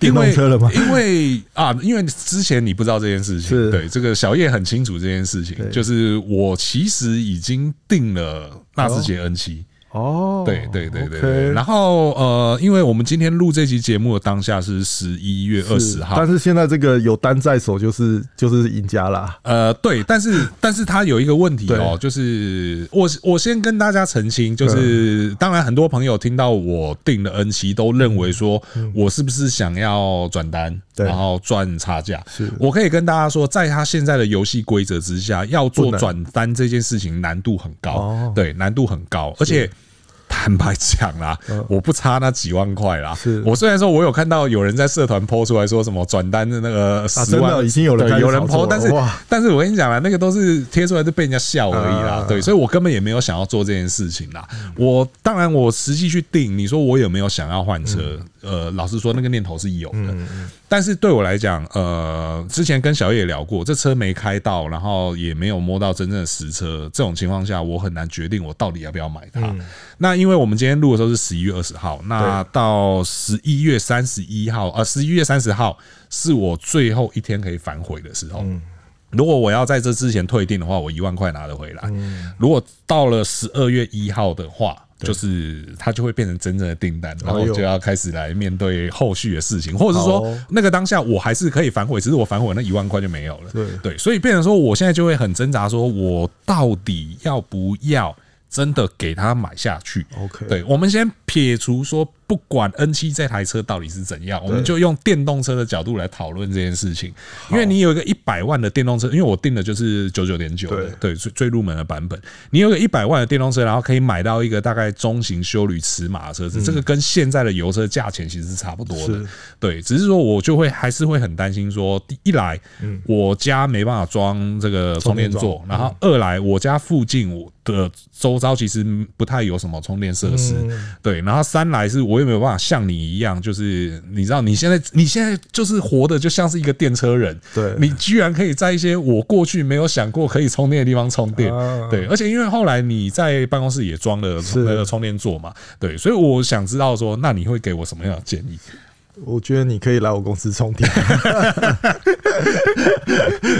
Speaker 2: 电
Speaker 1: 因
Speaker 2: 动
Speaker 1: 为
Speaker 2: 车了吗？
Speaker 1: 因为啊，因为之前你不知道这件事情，
Speaker 2: 是
Speaker 1: 对这个小叶很清楚这件事情，
Speaker 2: 对
Speaker 1: 就是我其实已经定了纳智捷 N 七、
Speaker 2: 哦，
Speaker 1: 对对对对
Speaker 2: OK
Speaker 1: 对。然后呃，因为我们今天录这期节目的当下是十一月二
Speaker 2: 是
Speaker 1: 十号，
Speaker 2: 但是现在这个有单在手就是就是赢家啦，
Speaker 1: 呃，对，但
Speaker 2: *coughs*
Speaker 1: 是但是它有一个问题哦，就是我我先跟大家澄清，就是当然很多朋友听到我定的 N 期，都认为说我是不是想要转单，
Speaker 2: 嗯对
Speaker 1: 然后赚差价
Speaker 2: 是。
Speaker 1: 我可以跟大家说，在它现在的游戏规则之下，要做
Speaker 2: 不能
Speaker 1: 转单这件事情难度很高
Speaker 2: 哦，
Speaker 1: 对，难度很高，而且。坦白讲啦，我不差那几万块啦。
Speaker 2: 嗯是
Speaker 1: 我虽然说我有看到有人在社团抛出来说什么转单的那个十万，
Speaker 2: 啊真的已经有人
Speaker 1: 对
Speaker 2: 开始
Speaker 1: 有人抛，
Speaker 2: 炒作了
Speaker 1: 但是
Speaker 2: 哇
Speaker 1: *laughs* 但是我跟你讲啦，那个都是贴出来就被人家笑而已啦
Speaker 2: 啊，
Speaker 1: 对，所以我根本也没有想要做这件事情啦。我当然我实际去定，你说我有没有想要换车？呃，老实说，那个念头是有的，但是对我来讲，呃，之前跟小叶也聊过，这车没开到，然后也没有摸到真正的实车，这种情况下，我很难决定我到底要不要买它。那因为我们今天录的时候是十一月二十号，那到十一月三十一号，呃，十一月三十号是我最后一天可以反悔的时候。如果我要在这之前退订的话，我一万块拿得回来。
Speaker 2: 嗯
Speaker 1: 如果到了十二月一号的话，就是它就会变成真正的订单，然后
Speaker 2: 哎呦
Speaker 1: 就要开始来面对后续的事情，或者是
Speaker 2: 好
Speaker 1: 说
Speaker 2: 哦
Speaker 1: 那个当下我还是可以反悔，只是我反悔那一万块就没有了。
Speaker 2: 对
Speaker 1: 对，所以变成说我现在就会很挣扎，说我到底要不要真的给他买下去
Speaker 2: OK
Speaker 1: 对，我们先撇除说不管 N 七这台车到底是怎样，我们就用电动车的角度来讨论这件事情。因为你有一个一百万的电动车，因为我订的就是九九点九的，对最最入门的版本。你有个一百万的电动车，然后可以买到一个大概中型修旅尺码的车子，这个跟现在的油车价钱其实嗯是差不多的
Speaker 2: 是。
Speaker 1: 对，只是说我就会还是会很担心说，第一来我家没办法装这个嗯充电
Speaker 2: 充电
Speaker 1: 座，然后二来我家附近我的周遭其实不太有什么充电设施，对，然后三来是我也没有办法像你一样，就是你知道你现在你现在就是活的就像是一个电车人，
Speaker 2: 对
Speaker 1: 你居然可以在一些我过去没有想过可以充电的地方充电
Speaker 2: 啊，
Speaker 1: 对，而且因为后来你在办公室也装了
Speaker 2: 是
Speaker 1: 那个充电座嘛，对，所以我想知道说，那你会给我什么样的建议？
Speaker 2: 我觉得你可以来我公司充电。
Speaker 1: *laughs*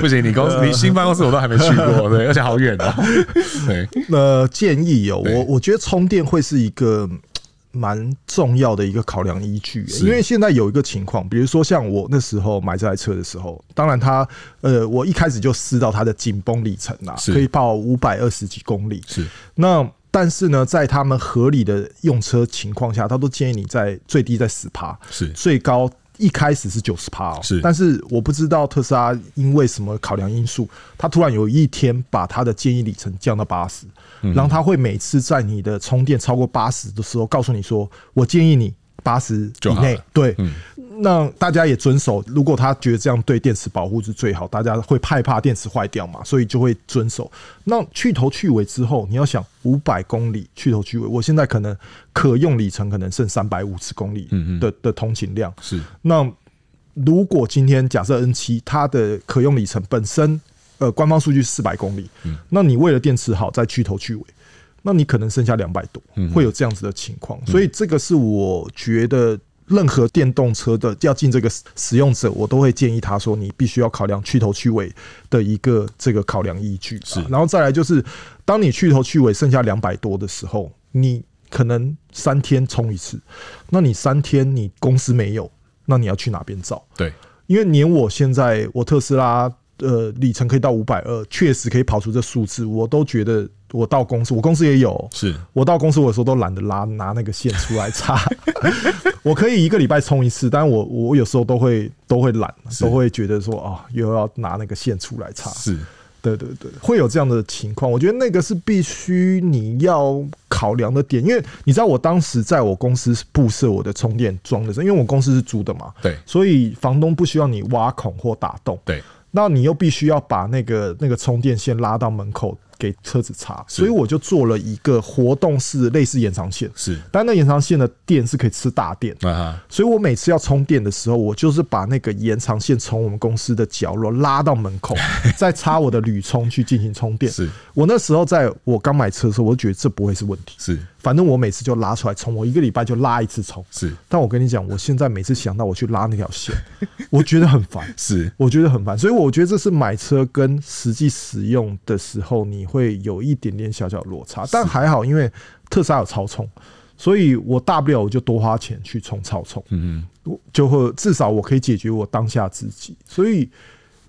Speaker 1: 不行，你公 *laughs* 司你新办公室我都还没去过，对，而且好远哦。 *laughs* 对，
Speaker 2: 呃，建议哦，
Speaker 1: 对
Speaker 2: 我我觉得充电会是一个嗯蛮重要的一个考量依据，因为现在有一个情况，比如说像我那时候买这台车的时候，当然它呃，我一开始就试到它的紧绷里程啦，
Speaker 1: 是
Speaker 2: 可以跑五百二十几公里，
Speaker 1: 是
Speaker 2: 那但是呢，在他们合理的用车情况下，他都建议你在最低在十趴，
Speaker 1: 是
Speaker 2: 最高一开始是九十趴哦。
Speaker 1: 是
Speaker 2: 但是我不知道特斯拉因为什么考量因素，它突然有一天把它的建议里程降到八十、
Speaker 1: 嗯
Speaker 2: 然后它会每次在你的充电超过八十的时候，告诉你说：“我建议你八十
Speaker 1: 就
Speaker 2: 以
Speaker 1: 好
Speaker 2: 内
Speaker 1: 了。”嗯
Speaker 2: 对，那大家也遵守。如果他觉得这样对电池保护是最好，大家会害怕电池坏掉嘛，所以就会遵守。那去头去尾之后，你要想五百公里去头去尾，我现在可能可用里程可能剩三百五十公里
Speaker 1: 嗯
Speaker 2: 的的通勤量。
Speaker 1: 是
Speaker 2: 那如果今天假设 N 七它的可用里程本身，呃，官方数据四百公里，那你为了电池好再去头去尾，那你可能剩下两百多，会有这样子的情况。所以这个是我觉得。任何电动车的要进这个使用者，我都会建议他说，你必须要考量去头去尾的一个这个考量依据啊。
Speaker 1: 是
Speaker 2: 然后再来就是，当你去头去尾剩下两百多的时候，你可能三天充一次，那你三天你公司没有，那你要去哪边找？
Speaker 1: 对，
Speaker 2: 因为连我现在我特斯拉呃里程可以到五百二，确实可以跑出这数字，我都觉得我到公司，我公司也有，
Speaker 1: 是
Speaker 2: 我到公司我有时候都懒得拉拿那个线出来插，我可以一个礼拜充一次，但我我有时候都会都会懒，都会觉得说啊又要拿那个线出来插，
Speaker 1: 是
Speaker 2: 对对对，会有这样的情况。我觉得那个是必须你要考量的点，因为你知道我当时在我公司布设我的充电桩的时候，因为我公司是租的嘛，
Speaker 1: 对
Speaker 2: 所以房东不需要你挖孔或打洞，
Speaker 1: 对
Speaker 2: 那你又必须要把那个那个充电线拉到门口给车子插，
Speaker 1: 是
Speaker 2: 所以我就做了一个活动式类似延长线，
Speaker 1: 是
Speaker 2: 但那延长线的电是可以吃大电，
Speaker 1: 啊哈，
Speaker 2: 所以我每次要充电的时候，我就是把那个延长线从我们公司的角落拉到门
Speaker 1: *laughs*
Speaker 2: 口，再插我的铝充去进行充电。
Speaker 1: 是
Speaker 2: 我那时候在我刚买车的时候，我就觉得这不会是问题，
Speaker 1: 是
Speaker 2: 反正我每次就拉出来充，我一个礼拜就拉一次充。
Speaker 1: 是
Speaker 2: 但我跟你讲，我现在每次想到我去拉那条线，我觉得很烦，
Speaker 1: 是
Speaker 2: 我觉得很烦。所以我觉得这是买车跟实际使用的时候，你会有一点点小小的落差，但还好，因为特斯拉有超充，所以我大不了我就多花钱去充超充。
Speaker 1: 嗯
Speaker 2: 我就会至少我可以解决我当下自己。所以，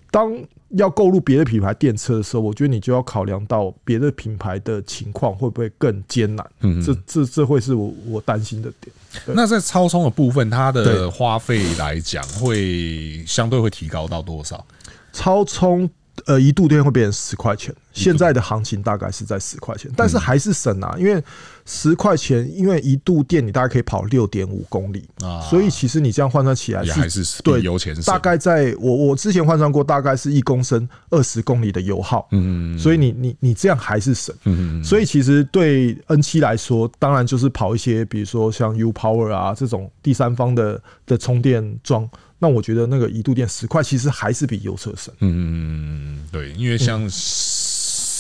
Speaker 2: 当要购入别的品牌电车的时候，我觉得你就要考量到别的品牌的情况会不会更艰难。
Speaker 1: 嗯
Speaker 2: 这这这会是我我担心的点。
Speaker 1: 那在超充的部分，它的
Speaker 2: 对
Speaker 1: 花费来讲，会相对会提高到多少？
Speaker 2: 超充呃一度电会变成十块钱，现在的行情大概是在十块钱，但是还是省啊，因为十块钱，因为一度电你大概可以跑六点五公里
Speaker 1: 啊
Speaker 2: 所以其实你这样换算起来
Speaker 1: 也还是比
Speaker 2: 对
Speaker 1: 油钱省
Speaker 2: 大概在我我之前换算过，大概是一公升二十公里的油耗，
Speaker 1: 嗯
Speaker 2: 所以你你你这样还是省。
Speaker 1: 嗯
Speaker 2: 所以其实对 N 七来说，当然就是跑一些，比如说像 U Power 啊这种第三方的的充电桩，那我觉得那个一度电十块其实还是比油车省。
Speaker 1: 嗯，对，因为像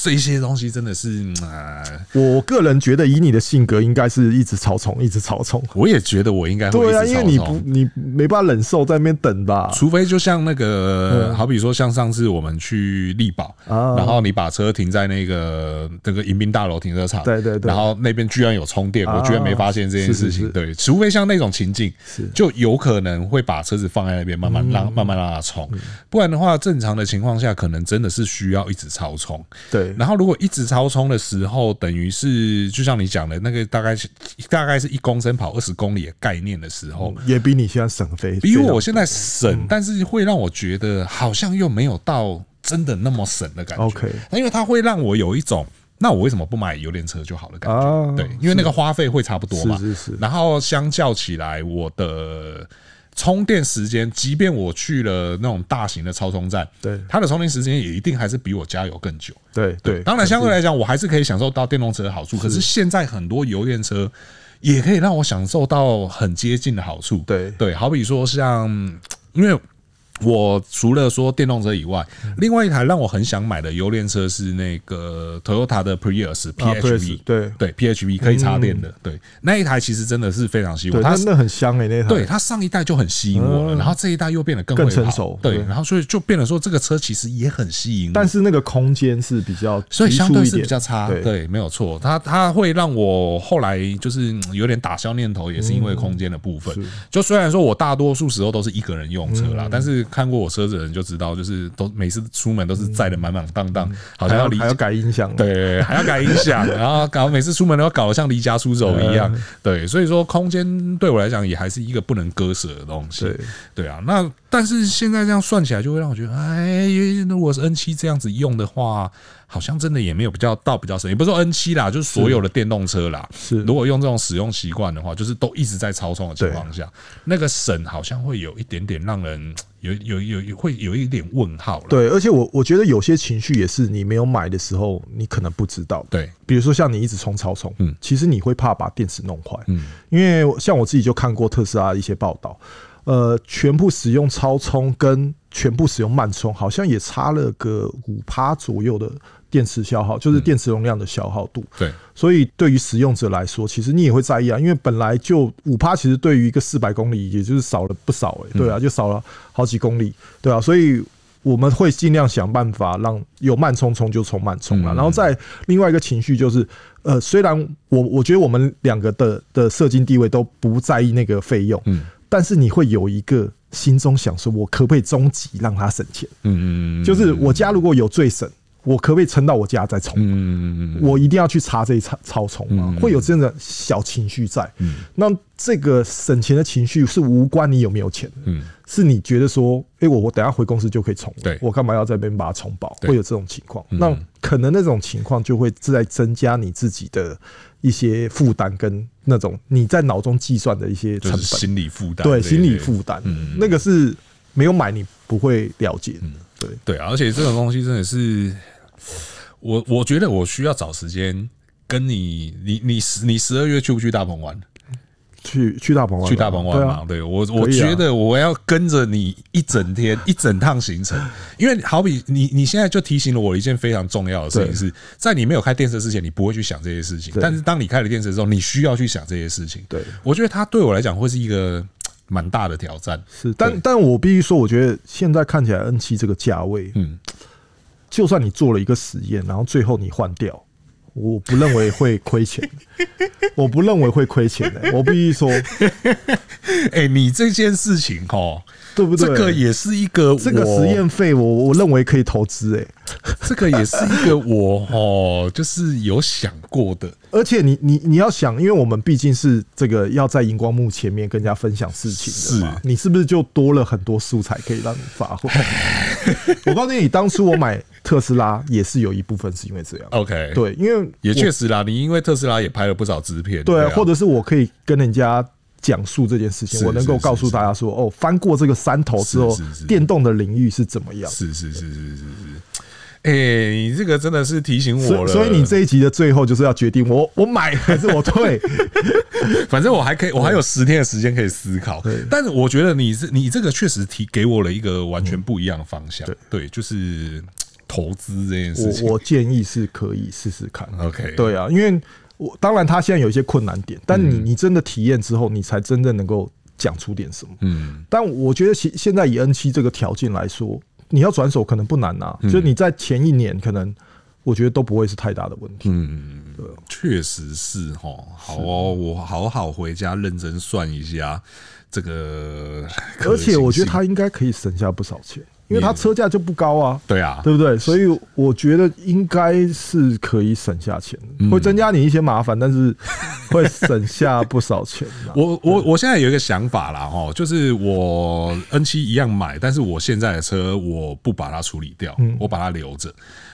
Speaker 1: 这些东西真的是啊、
Speaker 2: 我个人觉得，以你的性格，应该是一直超充，一直超充。
Speaker 1: 我也觉得我应该会一
Speaker 2: 对啊，
Speaker 1: 直
Speaker 2: 因
Speaker 1: 超
Speaker 2: 为
Speaker 1: 充
Speaker 2: 你不，你没办法忍受在那边等吧？
Speaker 1: 除非就像那个，
Speaker 2: 啊嗯
Speaker 1: 好比说像上次我们去力宝，
Speaker 2: 啊
Speaker 1: 然后你把车停在那个那个迎宾大楼停车场，
Speaker 2: 对对对
Speaker 1: 然后那边居然有充电，
Speaker 2: 啊
Speaker 1: 我居然没发现这件事
Speaker 2: 是是
Speaker 1: 情。
Speaker 2: 是
Speaker 1: 对，除非像那种情境
Speaker 2: 是，嗯
Speaker 1: 就有可能会把车子放在那边慢慢让慢慢让它充，不然的话，正常的情况下可能真的是需要一直超充。
Speaker 2: 对对
Speaker 1: 然后如果一直超充的时候，等于是就像你讲的那个大概是大概是一公升跑二十公里的概念的时候，
Speaker 2: 也比你现在省飞，啊
Speaker 1: 比我现在
Speaker 2: 嗯
Speaker 1: 省，但是会让我觉得好像又没有到真的那么省的感觉。
Speaker 2: OK
Speaker 1: 那因为它会让我有一种。那我为什么不买油电车就好了？感觉、
Speaker 2: 啊
Speaker 1: 对，因为那个花费会差不多嘛。
Speaker 2: 是是是
Speaker 1: 然后相较起来，我的充电时间，即便我去了那种大型的超充站，
Speaker 2: 对
Speaker 1: 它的充电时间也一定还是比我加油更久。
Speaker 2: 对对，
Speaker 1: 当然，相对来讲，我还是可以享受到电动车的好处。可是现在很多油电车也可以让我享受到很接近的好处。
Speaker 2: 对
Speaker 1: 对，好比说像，因为我除了说电动车以外，
Speaker 2: 嗯
Speaker 1: 另外一台让我很想买的油电车是那个 Toyota 的 Prius
Speaker 2: 啊，Prius，
Speaker 1: PHV，
Speaker 2: 对
Speaker 1: 对 PHV 可以插电的，对那一台其实真的是非常吸引我。
Speaker 2: 对，
Speaker 1: 它
Speaker 2: 那
Speaker 1: 是
Speaker 2: 那很香欸诶，那台嗯
Speaker 1: 对它上一代就很吸引我了，然后这一代又变得更
Speaker 2: 更
Speaker 1: 会
Speaker 2: 成
Speaker 1: 跑
Speaker 2: 熟
Speaker 1: 对，
Speaker 2: 对
Speaker 1: 然后所以就变得说这个车其实也很吸引我。
Speaker 2: 但是那个空间是比较，
Speaker 1: 所以相对是比较差，
Speaker 2: 长，对
Speaker 1: 对，没有错。它它会让我后来就是嗯有点打消念头，也是因为
Speaker 2: 嗯
Speaker 1: 空间的部分。就虽然说我大多数时候都是一个人用车
Speaker 2: 嗯
Speaker 1: 啦，但是看过我车子的人就知道，就是都每次出门都是载的满满当当，好
Speaker 2: 还
Speaker 1: 像要
Speaker 2: 要
Speaker 1: 离
Speaker 2: 嗯还要改音响，，
Speaker 1: *laughs*
Speaker 2: 啊
Speaker 1: 对，还要改音
Speaker 2: *laughs*
Speaker 1: 响，然后搞每次出门都要搞得像离家出走一
Speaker 2: 嗯
Speaker 1: 样。对，所以说空间对我来讲也还是一个不能割舍的东西。
Speaker 2: 对
Speaker 1: 对啊，那但是现在这样算起来，就会让我觉得，哎，如果是 N 七这样子用的话，好像真的也没有比较到比较省，也不是说 N 七啦，就是所有的电动车啦，
Speaker 2: 是
Speaker 1: 如果用这种使用习惯的话，就是都一直在超充的情况下，那个省好像会有一点点让人有有有有会有一点问号了。
Speaker 2: 对，而且我我觉得有些情绪也是你没有买的时候，你可能不知道的。
Speaker 1: 对，
Speaker 2: 比如说像你一直充超充，
Speaker 1: 嗯
Speaker 2: 其实你会怕把电池弄坏，
Speaker 1: 嗯，
Speaker 2: 因为像我自己就看过特斯拉的一些报道，呃，全部使用超充跟全部使用慢充好像也差了个五趴左右的电池消耗，就是电池容量的消耗度。
Speaker 1: 对，
Speaker 2: 所以对于使用者来说，其实你也会在意啊，因为本来就五趴，其实对于一个四百公里，也就是少了不少
Speaker 1: 嗯
Speaker 2: 哎、对啊，就少了好几公里，对啊，所以。我们会尽量想办法让有慢充充就充慢充了，
Speaker 1: 嗯
Speaker 2: 然后再另外一个情绪就是，呃，虽然我我觉得我们两个的的社经地位都不在意那个费用，
Speaker 1: 嗯
Speaker 2: 但是你会有一个心中想说，我可不可以终极让他省钱？
Speaker 1: 嗯嗯嗯，
Speaker 2: 就是我家如果有最省，我可不可以撑到我家再充？
Speaker 1: 嗯，嗯嗯嗯嗯
Speaker 2: 我一定要去查这一查超重嘛，会有这样的小情绪在。
Speaker 1: 嗯
Speaker 2: 那这个省钱的情绪是无关你有没有钱的，
Speaker 1: 嗯
Speaker 2: 是你觉得说，诶，我我等一下回公司就可以重了，
Speaker 1: 对
Speaker 2: 我干嘛要在那边把它重保？
Speaker 1: 对嗯
Speaker 2: 会有这种情况，那可能那种情况就会在增加你自己的一些负担跟那种你在脑中计算的一些成
Speaker 1: 就是
Speaker 2: 本，
Speaker 1: 心理负担，
Speaker 2: 对心
Speaker 1: 对
Speaker 2: 理
Speaker 1: 嗯
Speaker 2: 负担，那个是没有买你不会了解的，对。
Speaker 1: 对啊，而且这种东西真的是，我我觉得我需要找时间跟你，你你十你十二月去不去大鹏湾？
Speaker 2: 去去大鹏湾吧，
Speaker 1: 去大鹏湾
Speaker 2: 对
Speaker 1: 嘛？
Speaker 2: 啊，
Speaker 1: 对我我
Speaker 2: 可以啊
Speaker 1: 觉得我要跟着你一整天 *laughs* 一整趟行程，因为好比你你现在就提醒了我一件非常重要的事情
Speaker 2: 对
Speaker 1: 是，在你没有开电车之前，你不会去想这些事情，
Speaker 2: 对
Speaker 1: 但是当你开了电车之后，你需要去想这些事情。
Speaker 2: 对，
Speaker 1: 我觉得它对我来讲会是一个蛮大的挑战。
Speaker 2: 是，但但我必须说，我觉得现在看起来 N 七这个价位，
Speaker 1: 嗯，
Speaker 2: 就算你做了一个实验，然后最后你换掉，我不认为会
Speaker 1: *laughs*
Speaker 2: 亏钱，我不认为会亏钱的、我必须说，
Speaker 1: 哎、你这件事情哦，
Speaker 2: 对不对？
Speaker 1: 这个也是一个
Speaker 2: 这个
Speaker 1: 我
Speaker 2: 实验费，我我认为可以投资哎、
Speaker 1: *laughs* 这个也是一个我哦，就是有想过的，
Speaker 2: 而且你你你要想，因为我们毕竟是这个要在荧光幕前面跟人家分享事情的嘛，你是不是就多了很多素材可以让你发
Speaker 1: *laughs*
Speaker 2: 挥？我告诉你，当初我买特斯拉也是有一部分是因为这样，
Speaker 1: OK，，
Speaker 2: 对，因为
Speaker 1: 也
Speaker 2: 我
Speaker 1: 确实啦，你因为特斯拉也拍了不少支片，
Speaker 2: 对，
Speaker 1: 啊
Speaker 2: 或者是我可以跟人家讲述这件事情，
Speaker 1: 是
Speaker 2: 我能够
Speaker 1: 是
Speaker 2: 告诉
Speaker 1: 是
Speaker 2: 大家说，哦，翻过这个山头之后
Speaker 1: 是是是，
Speaker 2: 电动的领域是怎么样。
Speaker 1: 是是是是是是，哎、你这个真的是提醒我
Speaker 2: 所以
Speaker 1: 了，
Speaker 2: 所以你这一集的最后就是要决定我我买还是我退，
Speaker 1: 反正我还可以，我还有十天的时间可以思考。但是我觉得你是你这个确实提给我了一个完
Speaker 2: 嗯
Speaker 1: 全不一样的方向，对，就是投资这件事情
Speaker 2: 我。我建议是可以试试看。
Speaker 1: OK
Speaker 2: 对啊，因为我当然他现在有一些困难点，但你
Speaker 1: 嗯
Speaker 2: 你真的体验之后，你才真正能够讲出点什么。
Speaker 1: 嗯，
Speaker 2: 但我觉得现现在以 N 七这个条件来说，你要转手可能不难啊，
Speaker 1: 嗯
Speaker 2: 就是你在前一年可能我觉得都不会是太大的问
Speaker 1: 嗯
Speaker 2: 题。
Speaker 1: 确实是哦，好哦，我好好回家认真算一下这个可
Speaker 2: 而
Speaker 1: 行性，
Speaker 2: 且我觉得他应该可以省下不少钱。因为它车价就不高啊，
Speaker 1: 对啊，
Speaker 2: 对不对？所以我觉得应该是可以省下钱的，
Speaker 1: 嗯
Speaker 2: 会增加你一些麻烦，但是会省下不少钱啊、
Speaker 1: 我我我现在有一个想法啦，哦，就是我 N 七一样买，但是我现在的车我不把它处理掉，我把它留着。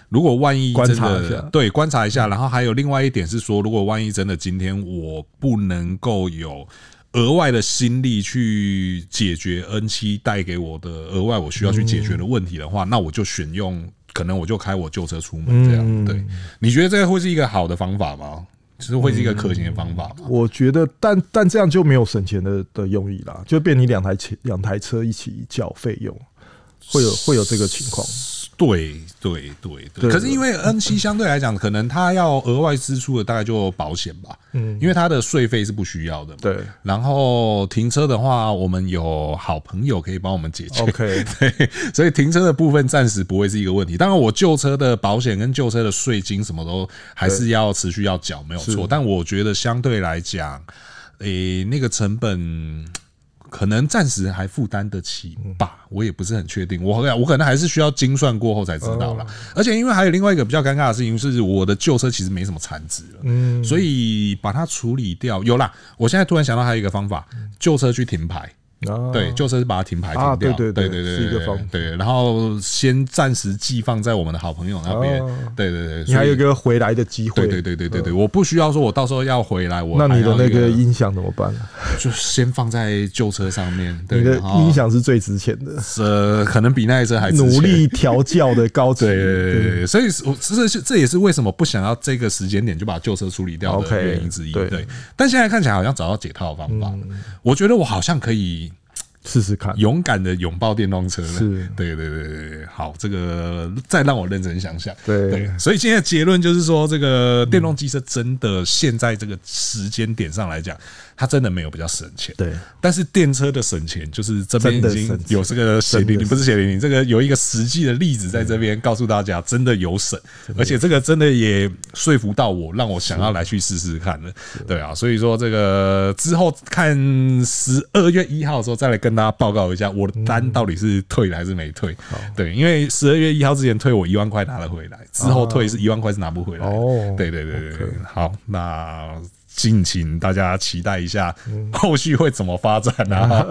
Speaker 1: 如果万一真
Speaker 2: 嗯观察一
Speaker 1: 的
Speaker 2: 下嗯
Speaker 1: 对观察一下，然后还有另外一点是说，如果万一真的今天我不能够有额外的心力去解决 N 七带给我的额外我需要去解决的问题的
Speaker 2: 嗯
Speaker 1: 话，那我就选用，可能我就开我旧车出门这样。
Speaker 2: 嗯
Speaker 1: 对，你觉得这个会是一个好的方法吗？其实会是一个可行的方法吗？
Speaker 2: 我觉得，但但这样就没有省钱的的用意啦，就变你两台车两台车一起缴费用，会有会有这个情况。
Speaker 1: 对对对对，
Speaker 2: 对
Speaker 1: 可是因为 N 七相对来讲，可能它要额外支出的大概就保险吧，嗯，因为它的税费是不需要的嘛。 *laughs*
Speaker 2: 对
Speaker 1: 然后停车的话，我们有好朋友可以帮我们解决。
Speaker 2: ，OK，
Speaker 1: 对， *laughs* 所以停车的部分暂时不会是一个问题。当然，我旧车的保险跟旧车的税金什么都还是要持续要缴，没有错。但我觉得相对来讲，诶、那个成本。可能暂时还负担得起吧，我也不是很确定。我我可能还是需要精算过后才知道啦。而且因为还有另外一个比较尴尬的事情，是我的旧车其实没什么残值了，
Speaker 2: 嗯，
Speaker 1: 所以把它处理掉。有啦，我现在突然想到还有一个方法，旧车去停牌。
Speaker 2: 啊
Speaker 1: 对，旧车是把它停牌停
Speaker 2: 啊
Speaker 1: 掉，
Speaker 2: 对
Speaker 1: 对
Speaker 2: 对对
Speaker 1: 对，
Speaker 2: 是一个
Speaker 1: 对
Speaker 2: 方法
Speaker 1: 对，然后先暂时寄放在我们的好朋友那边
Speaker 2: 啊，
Speaker 1: 对对对，
Speaker 2: 你还有一
Speaker 1: 所以。
Speaker 2: 个回来的机会。嗯
Speaker 1: 对对对对对对，我不需要说，我到时候要回来，我
Speaker 2: 那你
Speaker 1: 还
Speaker 2: 的
Speaker 1: 要
Speaker 2: 那
Speaker 1: 一
Speaker 2: 个音响怎么办？
Speaker 1: 就先放在旧车上面，对
Speaker 2: 你的
Speaker 1: 然后
Speaker 2: 音响是最值钱的，
Speaker 1: 呃，可能比那一车还值钱
Speaker 2: 努力调教的高级。
Speaker 1: 对对对对对，所以我这是这也是为什么不想要这个时间点就把旧车处理掉的
Speaker 2: OK，
Speaker 1: 原因之一。
Speaker 2: 对嗯
Speaker 1: 对，但现在看起来好像找到解套的方法了，我觉得我好像可以
Speaker 2: 试试看。
Speaker 1: 勇敢的拥抱电动车了。
Speaker 2: 是
Speaker 1: 对对对对对，好，这个再让我认真想想。
Speaker 2: 对
Speaker 1: 所以现在结论就是说，这个电动机车真的现在这个时间点上来讲，它真的没有比较省钱。
Speaker 2: 对，
Speaker 1: 但是电车的省钱，就是这边已
Speaker 2: 真的
Speaker 1: 经
Speaker 2: 省钱
Speaker 1: 有这个血淋
Speaker 2: 真的
Speaker 1: 淋，不是血淋淋，这个有一个实际的例子在这边告诉大家，真的有省，而且这个真的也说服到我，让我想要来去试试看了。对啊，所以说这个之后看十二月一号的时候再来跟大家报告一下，我的单到底是退了还是没退。对，因为十二月一号之前退我一万块拿了回来，之后退是一万块是拿不回来的。
Speaker 2: 哦
Speaker 1: 对对对对对，好，那。敬请大家期待一下后续会怎么发展啊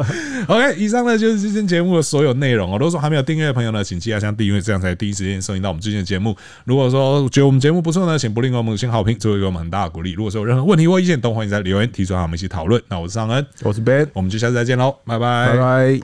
Speaker 1: ！OK，以上呢就是今天节目的所有内容哦。如果说还没有订阅的朋友呢，请记得先订阅，这样才第一时间收听到我们最新的节目。如果说觉得我们节目不错呢，请不吝给我们五星好评，这会给我们很大的鼓励。如果说有任何问题或意见，都欢迎在留言提出来，我们一起讨论。那我是尚恩，
Speaker 2: 我是 Ben，
Speaker 1: 我们就下次再见喽，拜
Speaker 2: 拜拜。